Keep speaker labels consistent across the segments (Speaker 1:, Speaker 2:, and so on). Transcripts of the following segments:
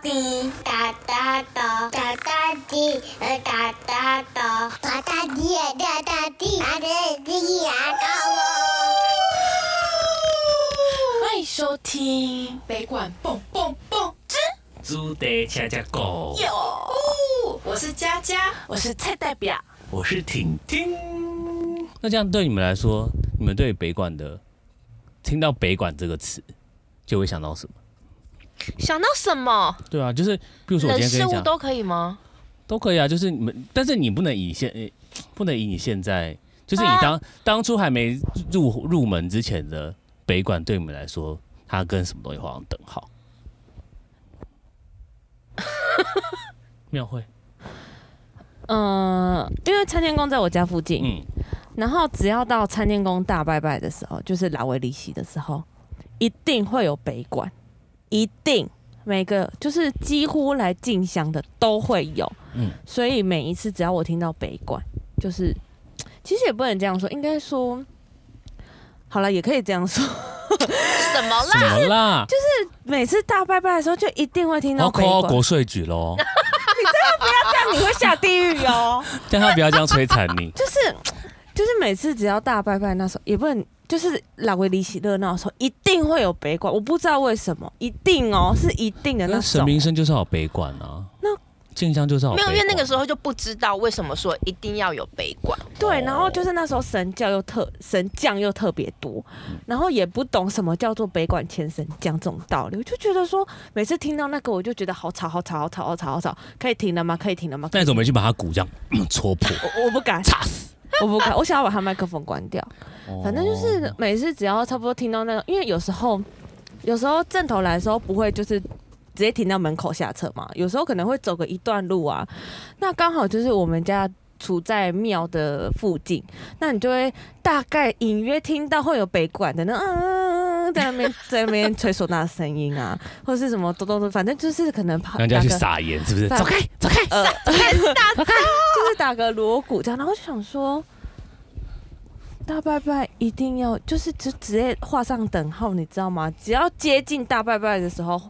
Speaker 1: 滴，哒哒哒，哒哒滴，呃哒哒哒，哒哒滴，哒哒滴，哒哒滴，牙膏哦。
Speaker 2: 欢迎收听北管蹦蹦蹦之
Speaker 3: 猪得恰恰狗，
Speaker 2: 哟，我是佳佳，我是蔡代表，
Speaker 3: 我是婷婷。那这样对你们来说，你们对北管的听到“北管”这个词，就会想到什么？
Speaker 4: 想到什么？
Speaker 3: 对啊，就是比如说我
Speaker 4: 人
Speaker 3: 今天
Speaker 4: 事
Speaker 3: 跟你
Speaker 4: 物
Speaker 3: 讲，哦
Speaker 4: 都可以吗？
Speaker 3: 都可以啊，就是你们，但是你不能以现，呃不能以你现在，就是你
Speaker 4: 啊
Speaker 3: 当、当初还没入入门之前的北管，对你们来说，它跟什么东西画上等号？庙会，
Speaker 4: 嗯、因为参天宫在我家附近，
Speaker 3: 嗯，
Speaker 4: 然后只要到参天宫大拜拜的时候，就是拉维利西的时候，一定会有北馆，一定每个就是几乎来进香的都会有。
Speaker 3: 嗯
Speaker 4: 所以每一次只要我听到北馆，就是其实也不能这样说，应该说好了，也可以这样说。
Speaker 2: 什么
Speaker 3: 什么啦？
Speaker 4: 每次大拜拜的时候，就一定会听
Speaker 3: 我
Speaker 4: 到
Speaker 3: 要
Speaker 4: 北
Speaker 3: call
Speaker 4: 馆，
Speaker 3: 国税局喽，
Speaker 4: 这样你会下地狱哦。
Speaker 3: 但他不要这样摧残你。
Speaker 4: 就是就是每次只要大拜拜那时候，也不能就是老维离奇热闹的时候，一定会有北管，我不知道为什么，一定哦，是一定 的那
Speaker 3: 那神
Speaker 4: 种
Speaker 3: 明。生就是好北管啊，
Speaker 4: 那
Speaker 3: 静香就是好
Speaker 2: 没有，因为那个时
Speaker 3: 候
Speaker 2: 候就不知道为什么说一定要有北管，
Speaker 4: 对，然后就是那时候神教又特神将又特别多，然后也不懂什么叫做北管前神将这种道理，我就觉得说每次听到那个我就觉得好吵好吵好吵好吵好吵，可以停了吗？可以停了吗？可
Speaker 3: 那
Speaker 4: 以
Speaker 3: 你怎
Speaker 4: 停
Speaker 3: 么没去把他骨这样 戳破？
Speaker 4: 我我不敢，我不敢，我想要把他麦克风关掉。反正就是
Speaker 3: 哦
Speaker 4: 每次只要差不多听到那个，因为有时候有时候正头来的时候不会就是直接停到门口下车嘛，啊有时候可能会走个一段路啊，那刚好就是我们家。处在庙的附近，那你就会大概隐约听到会有北管的那嗯嗯嗯嗯在那边在那边吹唢呐的声音啊，或者是什么咚咚咚，反正就是可能跑
Speaker 3: 人家
Speaker 4: 打
Speaker 3: 去
Speaker 4: 个
Speaker 3: 撒盐，是不是？
Speaker 4: 打
Speaker 3: 走开，走开！
Speaker 4: 呃，就是打个锣鼓这样，然后就想说，大拜拜一定要就是就直接画上等号，你知道吗？只要接近大拜拜的时候，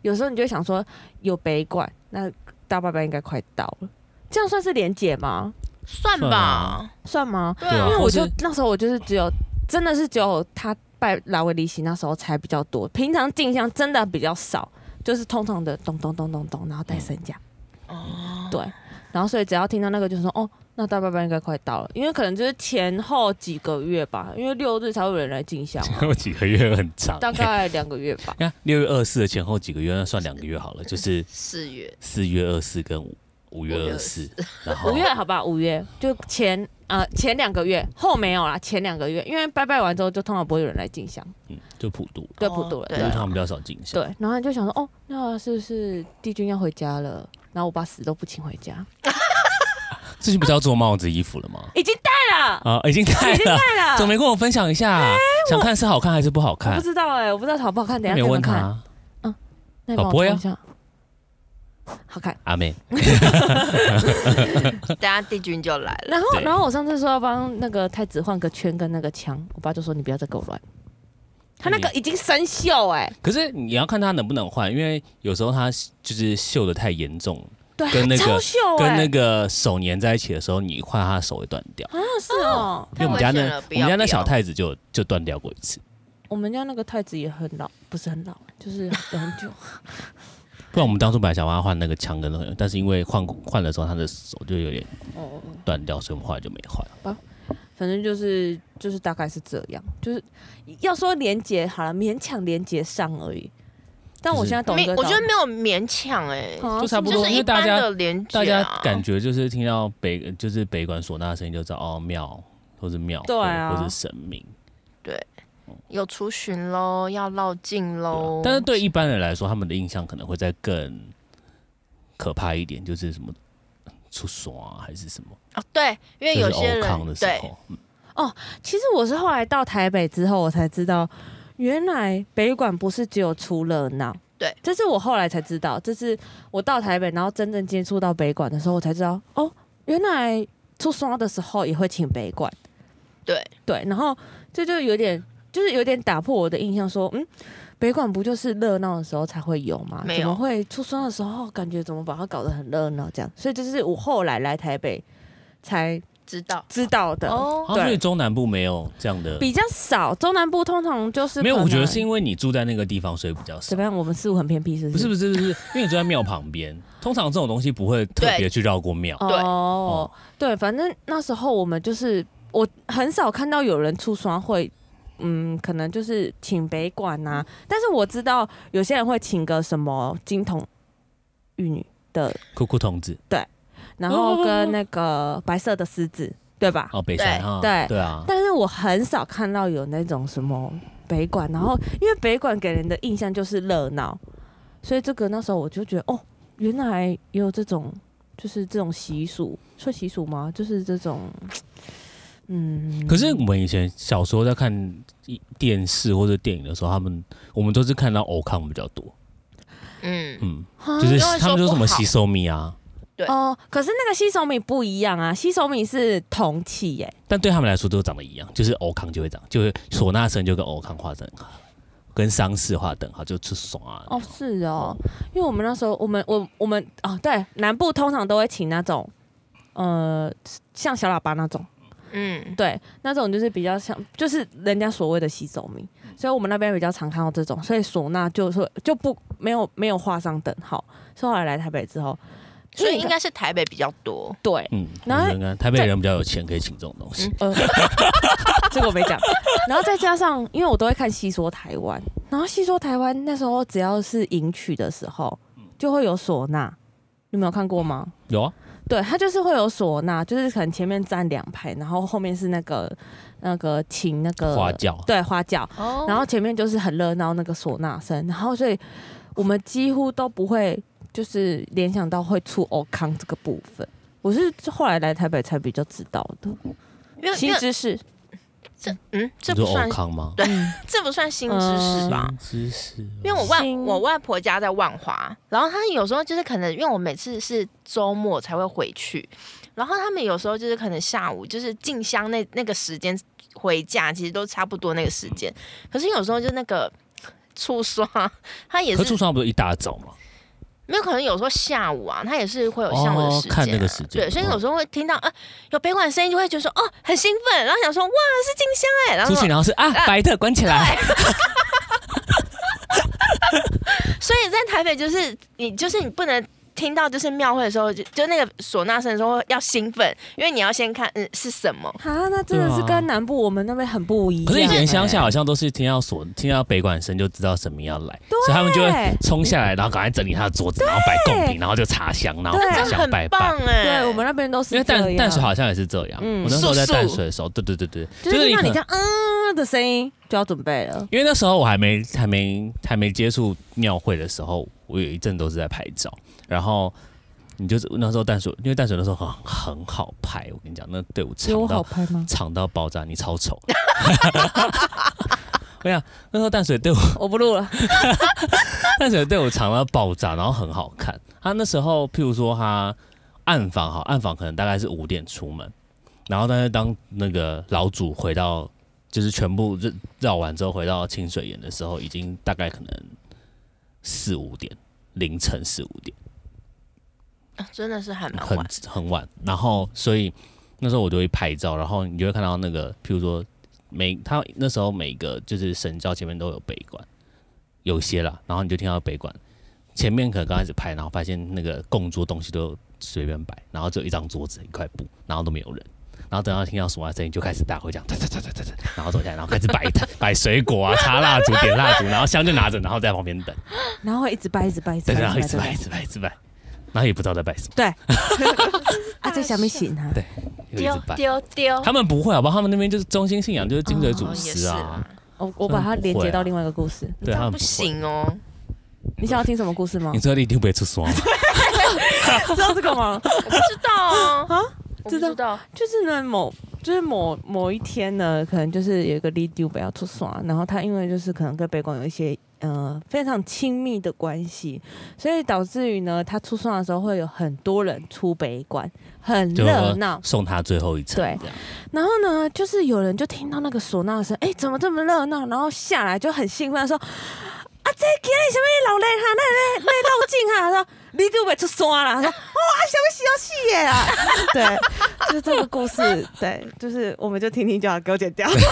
Speaker 4: 有时候你就会想说有北管，那大拜拜应该快到了，这样算是连结吗？
Speaker 2: 算
Speaker 3: 算啊
Speaker 2: 吧，
Speaker 4: 算吗？
Speaker 2: 对
Speaker 3: 对啊
Speaker 4: 因为我就
Speaker 3: 或是
Speaker 4: 那时候我就是只有真的是只有他拜拉维利西那时候才比较多，平常进香真的比较少，就是通常的咚咚咚咚咚，然后带身价。
Speaker 2: 哦，
Speaker 4: 对然后所以只要听到那个，就说哦，那大拜拜应该快到了，因为可能就是前后几个月吧，因为六日才会有人来 进香嘛，
Speaker 3: 后几个月很长，
Speaker 4: 大概两个月 吧。
Speaker 3: 你看六月二四的前后几个月，那算两个月 好了，就是
Speaker 2: 四月
Speaker 3: 四月二四跟五五月二四，然后
Speaker 4: 五月好吧，五月就前呃前两个月后没有啦，前两个月，因为拜拜完之后就通常不会有人来进香，
Speaker 3: 嗯就普渡，
Speaker 4: 对
Speaker 2: 哦
Speaker 4: 普渡了，
Speaker 2: 对
Speaker 3: 因为他们比较少进香，
Speaker 4: 对，然后你就想说哦，那是不是帝君要回家了？然后我把死都不请回家，
Speaker 3: 最近不是要做帽子衣服了吗？
Speaker 4: 已经带 了，
Speaker 3: 啊，已经戴
Speaker 4: 已经
Speaker 3: 了，
Speaker 4: 带了，哎
Speaker 3: 怎么没跟我分享一下？想看是好看还是不好
Speaker 4: 我不
Speaker 3: 看？
Speaker 4: 知道哎、我不知道好不好看，等一下
Speaker 3: 没
Speaker 4: 给你
Speaker 3: 问
Speaker 4: 们看，
Speaker 3: 他，啊
Speaker 4: 那你帮
Speaker 3: 搞
Speaker 4: 我
Speaker 3: 不会
Speaker 4: 看
Speaker 3: 啊
Speaker 4: 一下，好看。
Speaker 3: 阿妹，
Speaker 2: 等下帝君就来了，
Speaker 4: 然后，
Speaker 3: 对
Speaker 4: 然后我上次说要帮那个太子换个圈跟那个枪，我爸就说你不要再给我乱。他那个已经生锈哎、
Speaker 3: 可是你要看他能不能换，因为有时候他就是绣的太严重了。
Speaker 4: 对，
Speaker 3: 跟那个
Speaker 4: 超锈哎、
Speaker 3: 跟那个手粘在一起的时候，你换它的手会断掉。
Speaker 4: 啊是哦，
Speaker 3: 因为我们家
Speaker 2: 太危险
Speaker 3: 那
Speaker 2: 了
Speaker 3: 我
Speaker 2: 不要
Speaker 3: 们家那小
Speaker 2: 不要
Speaker 3: 太子就就断掉过一次，
Speaker 4: 我们家那个太子也很老，不是很老，就是有很 久。
Speaker 3: 不然我们当初本来想帮他换那个枪跟那个，但是因为换换的时候他的手就有点
Speaker 4: 哦，
Speaker 3: 断掉，所以我们后来就没换。
Speaker 4: 反正就是就是大概是这样，就是要说连接好了，勉强连接上而已。但我
Speaker 3: 就是
Speaker 4: 现在懂
Speaker 2: 没
Speaker 4: 得，
Speaker 2: 我觉得没有勉强哎，
Speaker 4: 啊
Speaker 3: 就差不
Speaker 2: 就
Speaker 3: 多
Speaker 2: 是一般的连
Speaker 3: 大
Speaker 2: 接
Speaker 3: 家
Speaker 2: 啊，
Speaker 3: 感觉就是听到北就是北管唢呐的声音就知道哦庙或是庙
Speaker 4: 对啊
Speaker 3: 或是神明，
Speaker 2: 有出巡喽，要绕境
Speaker 3: 对吧
Speaker 2: 喽，
Speaker 3: 但是对一般人来说，他们的印象可能会再更可怕一点，就是什么出爽啊还是什么，
Speaker 2: 哦对，因为
Speaker 3: 就
Speaker 2: 有
Speaker 3: 是
Speaker 2: 些
Speaker 3: 欧康的
Speaker 2: 人
Speaker 3: 时
Speaker 2: 对
Speaker 3: 候，嗯
Speaker 4: 其实我是后来到台北之后，我才知道，原来北馆不是只有出热闹。
Speaker 2: 对，
Speaker 4: 这是我后来才知道，这是我到台北，然后真正接触到北馆的时候，我才知道，哦，原来出双的时候也会请北馆。
Speaker 2: 对
Speaker 4: 对，然后这就有点，就是有点打破我的印象说嗯，北管不就是热闹的时候才会有吗？
Speaker 2: 没
Speaker 4: 怎
Speaker 2: 有
Speaker 4: 么会出生的时候感觉怎么把它搞得很热闹这样？所以这是我后来来台北才
Speaker 2: 知道
Speaker 4: 知道的，
Speaker 2: 哦
Speaker 3: 啊，
Speaker 4: 对
Speaker 3: 所以中南部没有这样的，
Speaker 4: 比较少。中南部通常就是
Speaker 3: 没有，
Speaker 4: 可能
Speaker 3: 我觉得是因为你住在那个地方，所以比较少
Speaker 4: 怎么。样？我们似乎很偏僻，是
Speaker 3: 不
Speaker 4: 不
Speaker 3: 是
Speaker 4: 是？
Speaker 3: 不是不是，因为你住在庙旁边，通常这种东西不会特别去绕过庙。
Speaker 2: 对
Speaker 4: 哦，对，反正那时候我们就是我很少看到有人出双会，嗯，可能就是请北管呐、
Speaker 3: 嗯
Speaker 4: 但是我知道有些人会请个什么金童玉女的，
Speaker 3: 酷酷童子
Speaker 4: 然后跟那个白色的狮子，对吧？
Speaker 3: 哦，北山哈，
Speaker 4: 对
Speaker 3: 对啊，
Speaker 4: 但是我很少看到有那种什么北管，然后因为北管给人的印象就是热闹，所以这个那时候我就觉得哦，原来也有这种就是这种习俗，算习俗吗？就是这种，嗯，
Speaker 3: 可是我们以前小时候在看一电视或者电影的时候，他们我们都是看到偶康比较多，
Speaker 2: 嗯，
Speaker 3: 嗯，
Speaker 4: 啊
Speaker 3: 就是
Speaker 2: 因为
Speaker 3: 他们
Speaker 2: 说
Speaker 3: 说
Speaker 2: 不
Speaker 3: 什么
Speaker 2: 好
Speaker 3: 吸收米啊，
Speaker 4: 哦，可是那个西手米不一样啊，西手米是铜器耶、
Speaker 3: 但对他们来说都长得一样，就是欧康就会长，就是唢呐声就跟欧康画等号，跟丧事画等号，就是唢呐。
Speaker 4: 哦，是哦，因为我们那时候，我们我我们哦，对，南部通常都会请那种，呃，像小喇叭那种，
Speaker 2: 嗯，
Speaker 4: 对，那种就是比较像，就是人家所谓的洗手民，所以我们那边比较常看到这种，所以唢呐就说就不没有没有画上等号。是后来来台北之后，
Speaker 2: 所以应该是台北比较多。
Speaker 4: 对，
Speaker 3: 嗯，
Speaker 4: 然后
Speaker 3: 我觉得应该台北人比较有钱，可以请这种东
Speaker 2: 嗯
Speaker 3: 西。
Speaker 4: 呃， 这个我没讲。然后再加上，因为我都会看《戏说台湾》，然后《戏说台湾》那时候只要是迎娶的时候，就会有唢呐，你们有看过吗？
Speaker 3: 有啊，
Speaker 4: 对，它就是会有唢呐，就是可能前面站两排，然后后面是那个那个琴那
Speaker 2: 呃
Speaker 4: 个
Speaker 3: 花轿
Speaker 4: 对花轿，
Speaker 2: 哦
Speaker 4: 然后前面就是很热闹那个唢呐声，然后所以我们几乎都不会就是联想到会出欧康这个部分。我是后来来台北才比较知道的
Speaker 2: 因为因
Speaker 4: 新
Speaker 2: 为
Speaker 4: 知识，
Speaker 2: 这嗯，这
Speaker 3: 你
Speaker 2: 不
Speaker 3: 说
Speaker 2: 算
Speaker 3: 欧康吗？
Speaker 2: 这不算新知识吧？
Speaker 3: 新知识哦，
Speaker 2: 因为我外
Speaker 4: 新
Speaker 2: 我外婆家在万华，然后她有时候就是可能，因为我每次是周末才会回去，然后他们有时候就是可能下午就是进香那那个时间回家，其实都差不多那个时间。可是有时候就那个 初刷，他也
Speaker 3: 可出
Speaker 2: 是
Speaker 3: 双不是一大早吗？
Speaker 2: 没有可能，有时候下午啊，他也是会有下午的
Speaker 3: 哦
Speaker 2: 时间啊、
Speaker 3: 看那个时间
Speaker 2: 对，所以
Speaker 3: 哦
Speaker 2: 有时候会听到啊有北管声音，就会觉得说哦很兴奋，然后想说哇是进香哎、然后
Speaker 3: 出去然后是啊，白的关起来。
Speaker 2: 所以在台北就是你就是你不能。听到就是庙会的时候，就就那个唢呐声的时候要兴奋，因为你要先看嗯是什么，
Speaker 4: 啊，那真的是
Speaker 3: 对啊
Speaker 4: 跟南部我们那边很不一样、
Speaker 3: 可是以前
Speaker 4: 欸
Speaker 3: 乡下好像都是听到所听到北管声就知道神明要来，
Speaker 4: 对
Speaker 3: 所以他们就会冲下来，然后赶快整理他的桌子，然后摆贡品，然后就插香，然后
Speaker 4: 对
Speaker 3: 插
Speaker 2: 这
Speaker 3: 香
Speaker 2: 很
Speaker 3: 拜拜
Speaker 2: 棒。哎、
Speaker 4: 对我们那边都是
Speaker 3: 因为
Speaker 4: 这
Speaker 3: 淡
Speaker 4: 样
Speaker 3: 淡水好像也是这样，
Speaker 4: 嗯
Speaker 3: 我那时候在
Speaker 2: 素素
Speaker 3: 淡水的时候，对对对对，
Speaker 4: 就是
Speaker 3: 你
Speaker 4: 听
Speaker 3: 可
Speaker 4: 到你
Speaker 3: 能
Speaker 4: 这样嗯的声音就要准备 了。
Speaker 3: 因为那时候我还没还没还没接触庙会的时候，我有一阵都是在拍照，然后你就是那时候淡水，因为淡水那时候很很好拍，我跟你讲，那队伍
Speaker 4: 有
Speaker 3: 长
Speaker 4: 我好
Speaker 3: 到
Speaker 4: 拍吗？
Speaker 3: 长到爆炸，你超丑。 我想那时候淡水队伍
Speaker 4: 我不录了。
Speaker 3: 淡水队伍长到爆炸，然后很好看。他那时候譬如说他暗访好，暗访可能大概是五点出门，然后但是当那个老主回到就是全部绕绕完之后回到清水岩的时候，已经大概可能四五点，凌晨四五点，
Speaker 2: 啊真的是还蛮
Speaker 3: 很
Speaker 2: 晚，
Speaker 3: 很晚。然后所以那时候我就会拍照，然后你就会看到那个譬如说每他那时候每个就是神教前面都有北管，有些啦，然后你就听到北管。前面可能刚开始拍，然后发现那个供桌东西都随便摆，然后只有一张桌子、一块布，然后都没有人。然后等到听到什么声音，就开始大会这样，哒哒哒哒哒哒，然后走下来，然后开始摆 摆水果啊，插蜡烛、点蜡烛，然后香就拿着，然后在旁边等，
Speaker 4: 然后会一直掰，一直掰，一直
Speaker 3: 等，
Speaker 4: 掰，
Speaker 3: 然后一直
Speaker 4: 直
Speaker 3: 摆、一
Speaker 4: 掰。
Speaker 3: 直摆、一直摆，然后也不知道在摆什么，
Speaker 4: 对，啊，在 下面醒啊。
Speaker 3: 就一直摆。
Speaker 2: 丢丢，
Speaker 3: 他们不会好不好？他们那边就是中心信仰，就是金嘴祖
Speaker 2: 哦也
Speaker 3: 师
Speaker 2: 是
Speaker 3: 啊，
Speaker 4: 我我把它连接到另外一个故事。
Speaker 2: 你
Speaker 3: 对
Speaker 2: 这
Speaker 3: 他
Speaker 2: 样不
Speaker 3: 们会。
Speaker 2: 行哦，
Speaker 4: 你想要听什么故事吗
Speaker 3: 你？知道你一定不会出 啊双吗？
Speaker 4: 知道这个吗？
Speaker 2: 我不知道哦，
Speaker 4: 啊，
Speaker 2: 我不知道，
Speaker 4: 就是呢，某就是某某一天呢，可能就是有一个 lead u 不要出耍，然后他因为就是可能跟北广有一些呃非常亲密的关系，所以导致于呢，他出耍的时候会有很多人出北管，很
Speaker 3: 就
Speaker 4: 热闹。
Speaker 3: 送他最后一程，
Speaker 4: 对
Speaker 3: 这样
Speaker 4: 然后呢，就是有人就听到那个唢呐声，哎，怎么这么热闹？然后下来就很兴奋地说。这今日什么老累哈，那那那绕境哈，他说你都袂出山啦，他说哇，什么小气耶啊，对，就是这个故事，对，就是我们就听听就好，给我剪掉，对对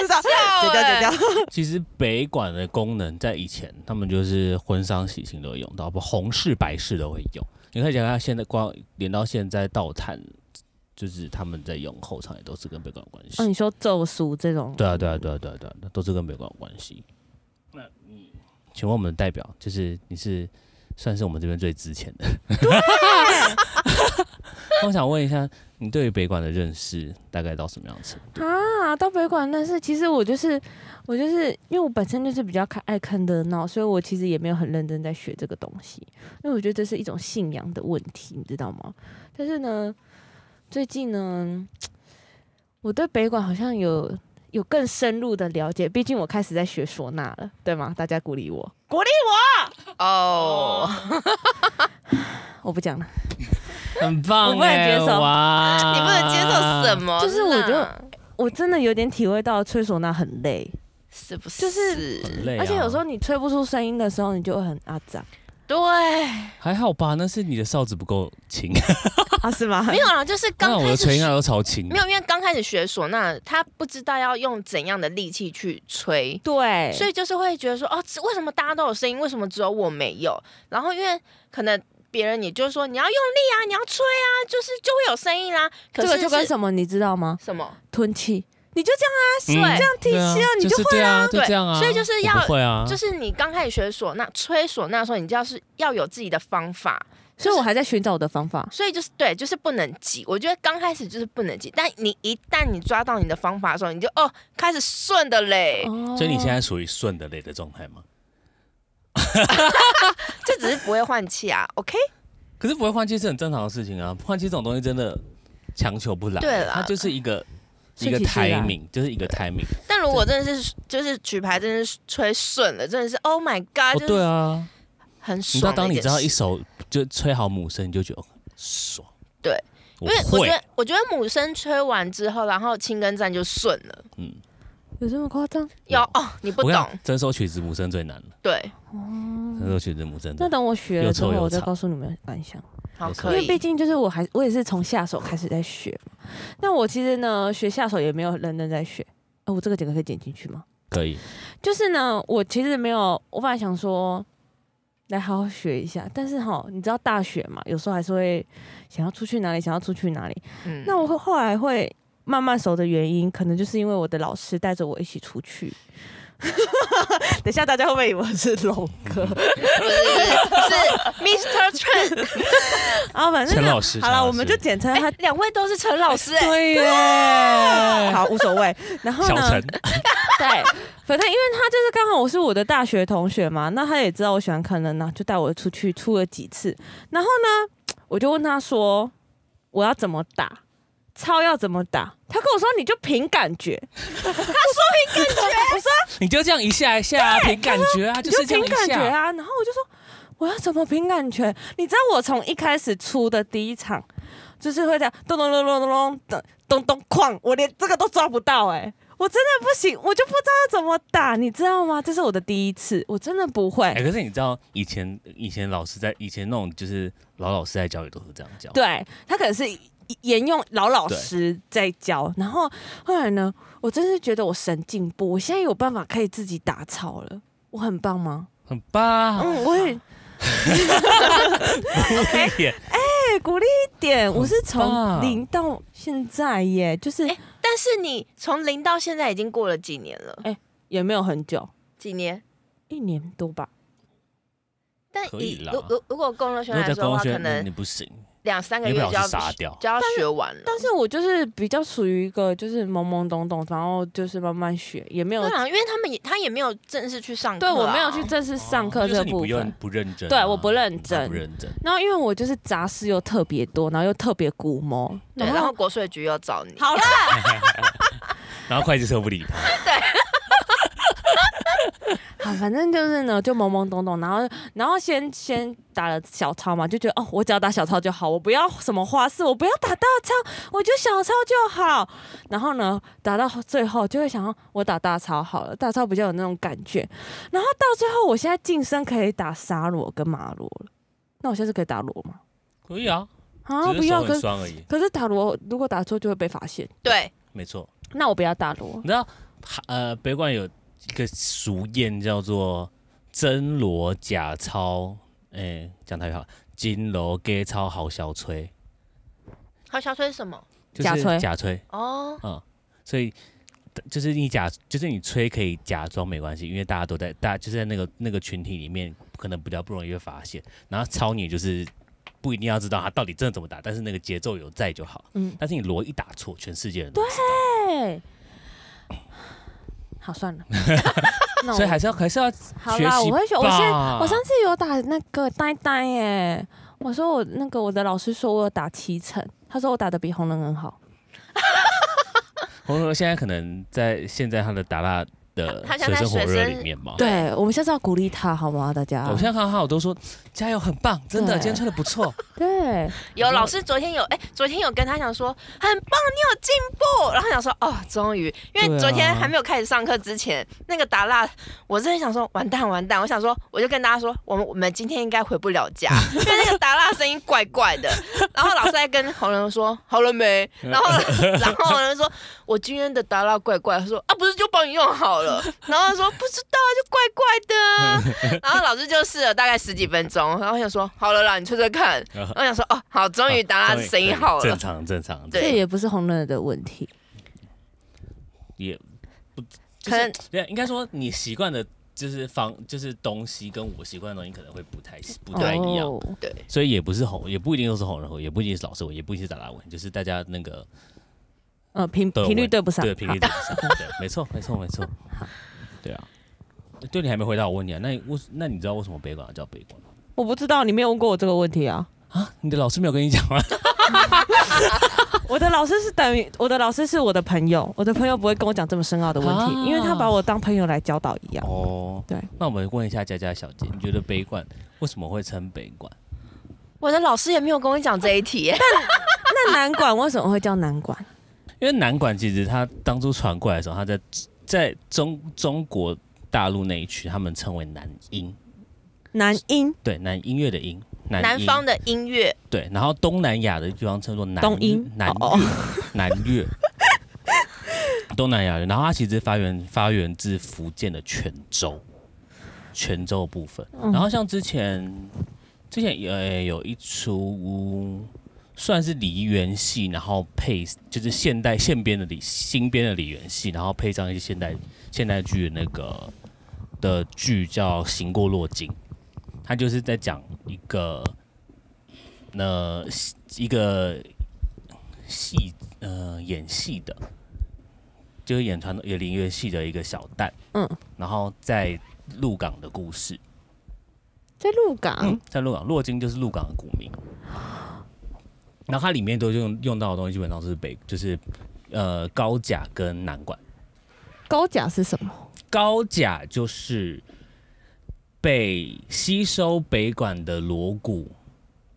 Speaker 4: 知道，剪掉剪掉，
Speaker 3: 其实北管的功能在以前，他们就是婚丧喜庆都会用到，不红事白事都会用。你看，想看现在光连到现在倒探，就是他们在用后场也都是跟北管有关系。
Speaker 4: 哦，你说咒术这种，
Speaker 3: 对啊，对啊，对啊，对啊，对啊，对啊都是跟北管有关系。那你，请问我们的代表，就是你是算是我们这边最值钱的。 我想问一下，你对于北管的认识大概到什么样程度？
Speaker 4: 啊，到北管但是其实我就是我就是因为我本身就是比较看爱看热闹，所以我其实也没有很认真在学这个东西，因为我觉得这是一种信仰的问题，你知道吗？但是呢，最近呢，我对北管好像有有更深入的了解，毕竟我开始在学唢呐了，对吗？大家鼓励我，鼓励
Speaker 2: 哦，
Speaker 4: 我，我不讲了。
Speaker 3: 很棒、欸，
Speaker 4: 我不能接受
Speaker 3: 哇！
Speaker 2: 你不能接受什
Speaker 3: 啊
Speaker 2: 么？
Speaker 4: 就是我就
Speaker 2: 呐
Speaker 4: 我真的有点体会到吹唢呐很累，
Speaker 2: 是不是？
Speaker 4: 就是
Speaker 3: 很累、啊，
Speaker 4: 而且有时候你吹不出声音的时候，你就会很阿杂
Speaker 2: 对，
Speaker 3: 还好吧，那是你的哨子不够轻，
Speaker 4: 啊， 是吗？
Speaker 2: 没有啦，就是
Speaker 3: 那
Speaker 2: 刚
Speaker 3: 我的
Speaker 2: 开
Speaker 3: 吹
Speaker 2: 始
Speaker 3: 应该
Speaker 2: 学
Speaker 3: 都超轻。
Speaker 2: 没有，因为刚开始学唢呐，他不知道要用怎样的力气去吹，
Speaker 4: 对，
Speaker 2: 所以就是会觉得说，哦，为什么大家都有声音，为什么只有我没有？然后因为可能别人也就是说你要用力啊，你要吹啊，就是就会有声音啦、可
Speaker 4: 这
Speaker 2: 是
Speaker 4: 个就跟
Speaker 2: 是
Speaker 4: 什么你知道吗？
Speaker 2: 什
Speaker 3: 啊
Speaker 2: 么？
Speaker 4: 吞气，你就这样啊，
Speaker 3: 嗯
Speaker 4: 这样提
Speaker 3: 对啊
Speaker 4: 气啊，你就
Speaker 3: 就是
Speaker 4: 会
Speaker 3: 对啊，就
Speaker 2: 对
Speaker 3: 这样啊，
Speaker 2: 所以就是
Speaker 3: 我
Speaker 2: 要
Speaker 3: 不会啊，
Speaker 2: 就是你刚开始学唢呐、吹唢呐的时候，你就要是要有自己的方法，
Speaker 4: 所以我还在寻找我的方法。
Speaker 2: 所以就是对，就是不能急。我觉得刚开始就是不能急，但你一旦你抓到你的方法的时候，你就哦开始顺的嘞，
Speaker 3: 所以你现在属于顺的累的状态吗？
Speaker 2: 这只是不会换气啊。OK，
Speaker 3: 可是不会换气是很正常的事情啊，换气这种东西真的强求不来，
Speaker 2: 对啦
Speaker 3: 它就是一个一
Speaker 4: 顺
Speaker 3: 个
Speaker 4: 其自然
Speaker 3: timing，就是一个 timing。
Speaker 2: 但如果真的是就是举牌，真的是吹顺了，真的是 Oh my
Speaker 3: 哦
Speaker 2: God，，就
Speaker 3: 对
Speaker 2: 是
Speaker 3: 啊，
Speaker 2: 很
Speaker 3: 你知道
Speaker 2: 爽的
Speaker 3: 当
Speaker 2: 件事。
Speaker 3: 你知道一首就吹好母声，你就觉得哦爽。
Speaker 2: 对，
Speaker 3: 我
Speaker 2: 因为我
Speaker 3: 会
Speaker 2: 觉得我觉得母声吹完之后，然后青根站就顺了。
Speaker 3: 嗯，
Speaker 4: 有这么夸张？
Speaker 2: 有哦，你不
Speaker 3: 我跟你
Speaker 2: 懂
Speaker 3: 讲，整首曲子母声最难了，
Speaker 2: 对，
Speaker 3: 整首曲子母声最
Speaker 4: 那
Speaker 3: 难。
Speaker 4: 等我学了之后，我再告诉你们感想。
Speaker 2: 好
Speaker 3: 没错
Speaker 4: 因
Speaker 2: 可
Speaker 4: 为毕
Speaker 2: 以。
Speaker 4: 竟就是我还我也是从下手开始在学嘛。那我其实呢学下手也没有很认真在学。啊，我这个整个可以剪进去吗？
Speaker 3: 可以，
Speaker 4: 就是呢，我其实没有，我本来想说来好好学一下，但是哈，你知道大学嘛，有时候还是会想要出去哪里，想要出去哪里。
Speaker 2: 嗯，
Speaker 4: 那我会后来会慢慢熟的原因，可能就是因为我的老师带着我一起出去。 等一下，大家会不会以为我是龙哥？
Speaker 2: 不是是 Mr. Trent，
Speaker 4: 啊，反正
Speaker 3: 陈
Speaker 4: 呢
Speaker 3: 老师
Speaker 4: 好
Speaker 3: 陈老
Speaker 4: 了，
Speaker 3: 师
Speaker 4: 我们就简称
Speaker 2: 哎
Speaker 4: 他。
Speaker 2: 两位都是陈老师哎，
Speaker 4: 对 耶，好无所谓。嗯然后
Speaker 3: 小
Speaker 4: 呢
Speaker 3: 陈，，
Speaker 4: 对，反正因为他就是刚好我是我的大学同学嘛，那他也知道我喜欢看人呐，啊就带我出去出了几次。然后呢，我就问他说我要怎么打，操要怎么打？他跟我说你就凭感觉。
Speaker 3: 你就这样一下一下啊凭感觉啊，
Speaker 4: 你
Speaker 3: 就是这
Speaker 4: 凭
Speaker 3: 样
Speaker 4: 感
Speaker 3: 一
Speaker 4: 觉
Speaker 3: 下。
Speaker 4: 啊。然后我就说我要怎么凭感觉？你知道我从一开始出的第一场就是会这样咚咚咚咚咚咚咚咚哐，我连这个都抓不到哎、我真的不行，我就不知道要怎么打，你知道吗？这是我的第一次，我真的不
Speaker 3: 哎、
Speaker 4: 会。
Speaker 3: 可是你知道以前以前老师在以前那种就是老老师在教也都是这样教，
Speaker 4: 对他可能是沿用老老
Speaker 3: 对
Speaker 4: 师在教，然后后来呢，我真是觉得我神进步，我现在有办法可以自己打草了，我很棒吗？
Speaker 3: 很棒，
Speaker 4: 嗯，我也
Speaker 3: 一 点
Speaker 4: 对， 鼓励一点。我是从
Speaker 3: 棒
Speaker 4: 零到现在耶，就是
Speaker 2: 哎但是你从零到现在已经过了几年了？
Speaker 4: 也没有很久，
Speaker 2: 几年？
Speaker 4: 一年多吧。
Speaker 2: 但
Speaker 3: 可以
Speaker 2: 以
Speaker 3: 啦
Speaker 2: 如如如果公路
Speaker 3: 如
Speaker 2: 圈
Speaker 3: 果
Speaker 2: 来
Speaker 3: 在
Speaker 2: 说的话，
Speaker 3: 光
Speaker 2: 可
Speaker 3: 圈，那你
Speaker 2: 能
Speaker 3: 不行，
Speaker 2: 两三个
Speaker 3: 你
Speaker 2: 月
Speaker 3: 被
Speaker 2: 就
Speaker 3: 老
Speaker 2: 要
Speaker 3: 师杀掉。
Speaker 2: 就要学完了。
Speaker 4: 但是我就是比较属于一个就是懵懵懂懂，然后就是慢慢学，也没有
Speaker 2: 对啊，因为他们也他也没有正式去上课、
Speaker 4: 对
Speaker 2: 啊，
Speaker 4: 我没有去正式上课
Speaker 3: 哦就
Speaker 4: 这
Speaker 3: 是你
Speaker 4: 部
Speaker 3: 不用
Speaker 4: 分。
Speaker 3: 不认真啊，
Speaker 4: 对我不认真
Speaker 3: 他不认真。
Speaker 4: 然后因为我就是杂事又特别多，然后又特别古摸，
Speaker 2: 对，然后国税局又找你，
Speaker 4: 好啦，
Speaker 3: 然后会计师又不理他，
Speaker 4: 好，反正就是呢，就懵懵懂懂，然后然后先先打了小抄嘛，就觉得哦，我只要打小抄就好，我不要什么花式，我不要打大抄，我就小抄就好。然后呢，打到最后就会想要我打大抄好了，大抄比较有那种感觉。然后到最后，我现在晋升可以打沙罗跟马罗了，那我下次可以打罗吗？
Speaker 3: 可以啊，
Speaker 4: 啊，
Speaker 3: 只
Speaker 4: 不
Speaker 3: 是
Speaker 4: 要，
Speaker 3: 手
Speaker 4: 可
Speaker 3: 很
Speaker 4: 是
Speaker 3: 酸而已，
Speaker 4: 可是打罗如果打错就会被发现，
Speaker 2: 对，
Speaker 3: 没错。
Speaker 4: 那我不要打罗
Speaker 3: 你知道，呃，北管有一个俗谚叫做“真罗假钞”，哎、讲台语好，“金罗假钞好小吹
Speaker 2: 好小吹是什么？”，
Speaker 3: 就是
Speaker 4: 假吹
Speaker 3: 假吹，
Speaker 2: 哦，
Speaker 3: 嗯，所以就是你假，就是你吹可以假装没关系，因为大家都在，大家就是在那个那个群体里面，可能比较不容易被发现。然后抄你就是不一定要知道他到底真的怎么打，但是那个节奏有在就好。
Speaker 4: 嗯，
Speaker 3: 但是你罗一打错，全世界人都知道。
Speaker 4: 对， 好 算了，那我
Speaker 3: 所以还是要还是要
Speaker 4: 好
Speaker 3: 学
Speaker 4: 啦，
Speaker 3: 习
Speaker 4: 我会学。我现
Speaker 3: 吧
Speaker 4: 我上次有打那个呆呆耶，我说我那个我的老师说我有打七成，他说我打的比红人很好。
Speaker 3: 红楼现在可能在现在他的达拉的
Speaker 2: 他他现
Speaker 3: 水
Speaker 2: 在
Speaker 3: 深火
Speaker 2: 水
Speaker 3: 热
Speaker 2: 深
Speaker 3: 里面嘛。
Speaker 4: 对，我们下次要鼓励他好吗？大家
Speaker 3: 哦我。现在看到他，我都说加油，很棒，真的，
Speaker 4: 对
Speaker 3: 今天吹的不 错。
Speaker 4: 对，
Speaker 3: 嗯
Speaker 2: 有老师昨天有哎、昨天有跟他讲说很棒，你有进步，然后想说哦，终于，因
Speaker 3: 对
Speaker 2: 为
Speaker 3: 啊
Speaker 2: 昨天还没有开始上课之前，那个达拉，我真的想说完蛋完蛋，我想说我就跟大家说，我们我们今天应该回不了家， 因为那个达拉声音怪怪的，然后老师还跟红人说好了没，然后然后红人说我今天的达拉怪怪，他说啊不是就帮你用好 了，然后他说不知道啊就怪怪的啊、然后老师就试了大概十几分钟，然后我想说好了啦，你吹吹 看，然后我想说哦好，终于达拉
Speaker 3: 终于
Speaker 2: 声音
Speaker 3: 可以
Speaker 2: 好了
Speaker 3: 正，常正常。
Speaker 2: 对
Speaker 4: 这也不是红人的问题。
Speaker 3: 也不就是
Speaker 2: 可能
Speaker 3: 对，啊应该说你习惯的，就是方就是东西跟我习惯的东西可能会不太不太一样，
Speaker 4: 哦
Speaker 2: 对。
Speaker 3: 所以也不是红，也不一定都是红人红，也不一定是老师文，也不一定是达拉文，就是大家那个
Speaker 4: 呃，频
Speaker 3: 都有
Speaker 4: 频率
Speaker 3: 问
Speaker 4: 对不上。
Speaker 3: 对频率对不上，对，没错没错没错， 对啊。对你还没回答我问题啊？那你为那你知道为什么北管要叫北管吗？
Speaker 4: 我不知道，你没有问过我这个问题 啊。
Speaker 3: 啊，你的老师没有跟你讲吗？
Speaker 4: 我的老师是等于我的老师是我的朋友，我的朋友不会跟我讲这么深奥的问题，
Speaker 3: 啊
Speaker 4: 因为他把我当朋友来教导 一样。
Speaker 3: 哦，
Speaker 4: 对，
Speaker 3: 那我们问一下佳佳小姐，你觉得北管为什么会称北管？
Speaker 2: 我的老师也没有跟我讲这一题 耶，
Speaker 4: 那南管为什么会叫南管？
Speaker 3: 因为南管其实它当初传过来的时候，它在在中中国大陆那一区，他们称为南音，
Speaker 4: 南音、
Speaker 3: 对，南音乐的音，
Speaker 2: 南
Speaker 3: 音
Speaker 2: 方的音乐
Speaker 3: 对，然后东南亚的地方称作南
Speaker 4: 东音
Speaker 3: 南乐，
Speaker 4: 哦
Speaker 3: 南乐，东南亚人。然后它其实发源发源自福建的泉州，泉州的部分。
Speaker 4: 嗯
Speaker 3: 然后像之前之前有有一出算是梨园戏，然后配就是现代现编的梨新编的梨园戏，然后配上一些现代现代剧的那个的剧叫《行过落金》，它就是在讲一个那一个戏呃演戏的，就是演传统演林乐戏的一个小旦，
Speaker 4: 嗯，
Speaker 3: 然后在鹿港的故事，
Speaker 4: 在鹿港，
Speaker 3: 在鹿港，洛金就是鹿港的古名。然后它里面都用用到的东西，基本上是北，就是呃高甲跟南管。
Speaker 4: 高甲是什么？
Speaker 3: 高甲就是被吸收北管的锣鼓，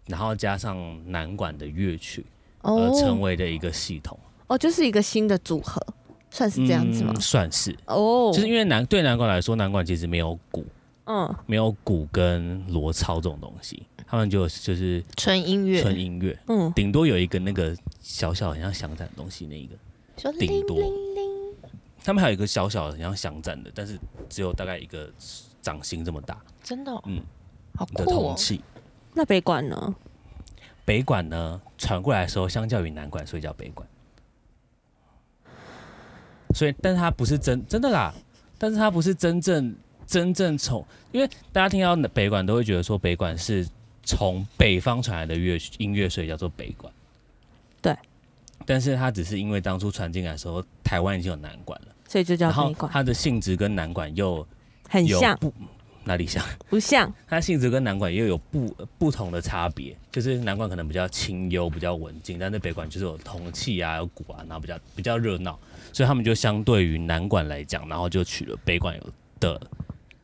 Speaker 3: 然后加上南管的乐曲而成
Speaker 4: 哦
Speaker 3: 为的一个系统，
Speaker 4: 哦，就是一个新的组合，算是这样子吗
Speaker 3: 嗯？算是，
Speaker 4: 哦，
Speaker 3: 就是因为南对南管来说，南管其实没有鼓，
Speaker 4: 嗯，
Speaker 3: 没有鼓跟锣操这种东西，他们就就是
Speaker 2: 纯音乐，
Speaker 3: 纯音乐，
Speaker 4: 嗯
Speaker 3: 顶多有一个那个小小很像响展的东西，那一个
Speaker 2: 说
Speaker 3: 顶多
Speaker 2: 铃铃铃
Speaker 3: 他们还有一个小小的很像响展的，但是只有大概一个掌心这么大
Speaker 2: 真的、哦，
Speaker 3: 嗯
Speaker 2: 好
Speaker 3: 的
Speaker 2: 酷
Speaker 3: 铜
Speaker 2: 哦，
Speaker 3: 器。
Speaker 4: 那北管呢？
Speaker 3: 北管呢传过来的时候，相较于南管，所以叫北管。所以，但是它不是真真的啦，但是它不是真正真正从，因为大家听到北管都会觉得说北管是从北方传来的乐曲音乐，所以叫做北管。
Speaker 4: 对，
Speaker 3: 但是它只是因为当初传进来的时候，台湾已经有南管了，
Speaker 4: 所以就叫
Speaker 3: 然后
Speaker 4: 北管，
Speaker 3: 它的性质跟南管又
Speaker 4: 很
Speaker 3: 有
Speaker 4: 像
Speaker 3: 不哪里像？
Speaker 4: 不像？
Speaker 3: 它性质跟南管又有不不同的差别，就是南管可能比较清幽、比较文静，但是北管就是有铜器啊、有鼓啊，然后比较比较热闹，所以他们就相对于南管来讲，然后就取了北管有的